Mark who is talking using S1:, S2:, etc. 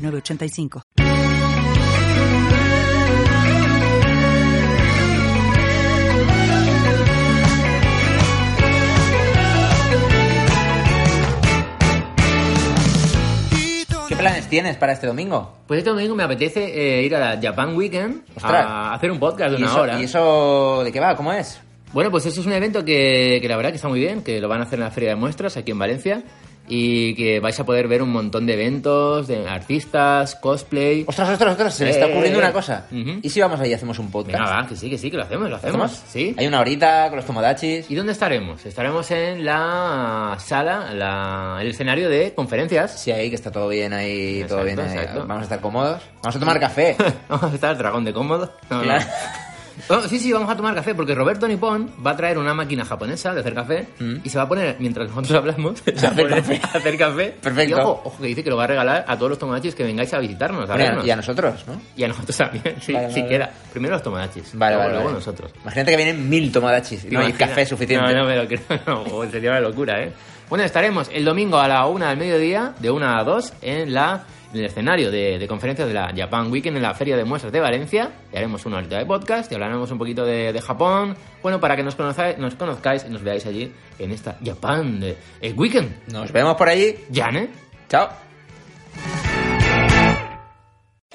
S1: 985.
S2: ¿Qué planes tienes para este domingo?
S3: Pues este domingo me apetece eh, ir a la Japan Weekend
S2: Ostras.
S3: a hacer un podcast de
S2: ¿Y
S3: una
S2: eso,
S3: hora.
S2: ¿Y eso de qué va? ¿Cómo es?
S3: Bueno, pues eso es un evento que, que la verdad que está muy bien, que lo van a hacer en la Feria de Muestras aquí en Valencia y que vais a poder ver un montón de eventos, de artistas, cosplay.
S2: Ostras, ostras, ostras, se me está
S3: Eh,
S2: ocurriendo
S3: eh,
S2: una cosa.
S3: ujú.
S2: ¿Y si vamos ahí y hacemos un podcast?
S3: Venga, va, que sí, que sí, que lo hacemos, lo
S2: ¿Lo
S3: hacemos.
S2: hacemos?
S3: Sí.
S2: Hay una horita con los tomodachis.
S3: ¿Y dónde estaremos? Estaremos en la sala, la- el escenario de conferencias.
S2: Sí, ahí que está todo bien ahí,
S3: Exacto,
S2: todo bien ahí.
S3: exacto.
S2: Vamos a estar cómodos. Vamos a tomar café.
S3: Vamos a estar dragón de cómodo. No, no.
S2: Claro.
S3: Bueno, sí, sí, vamos a tomar café porque Roberto Nippon va a traer una máquina japonesa de hacer café y se va a poner, mientras nosotros hablamos, se va a
S2: Hacer Mm.
S3: poner
S2: café.
S3: a hacer café.
S2: Perfecto.
S3: Y ojo, ojo, que dice que lo va a regalar a todos los tomodachis que vengáis a visitarnos. A
S2: Bueno,
S3: vernos.
S2: y a nosotros, ¿no?
S3: Y a nosotros también, sí,
S2: Vale,
S3: si
S2: vale.
S3: queda. Primero los tomodachis,
S2: Vale,
S3: luego,
S2: vale,
S3: luego
S2: vale.
S3: nosotros.
S2: Imagínate que vienen mil tomodachis y no hay
S3: Imagina-
S2: café suficiente.
S3: No, no me lo creo. no, o sería una locura, ¿eh? Bueno, estaremos el domingo a la una del mediodía, de una a dos, en, la, en el escenario de, de conferencias de la Japan Weekend en la Feria de Muestras de Valencia. Y haremos una horita de podcast y hablaremos un poquito de, de Japón. Bueno, para que nos, conozcáis, nos conozcáis y nos veáis allí en esta Japan de, eh, Weekend.
S2: Nos vemos por allí.
S3: Jane.
S2: Chao.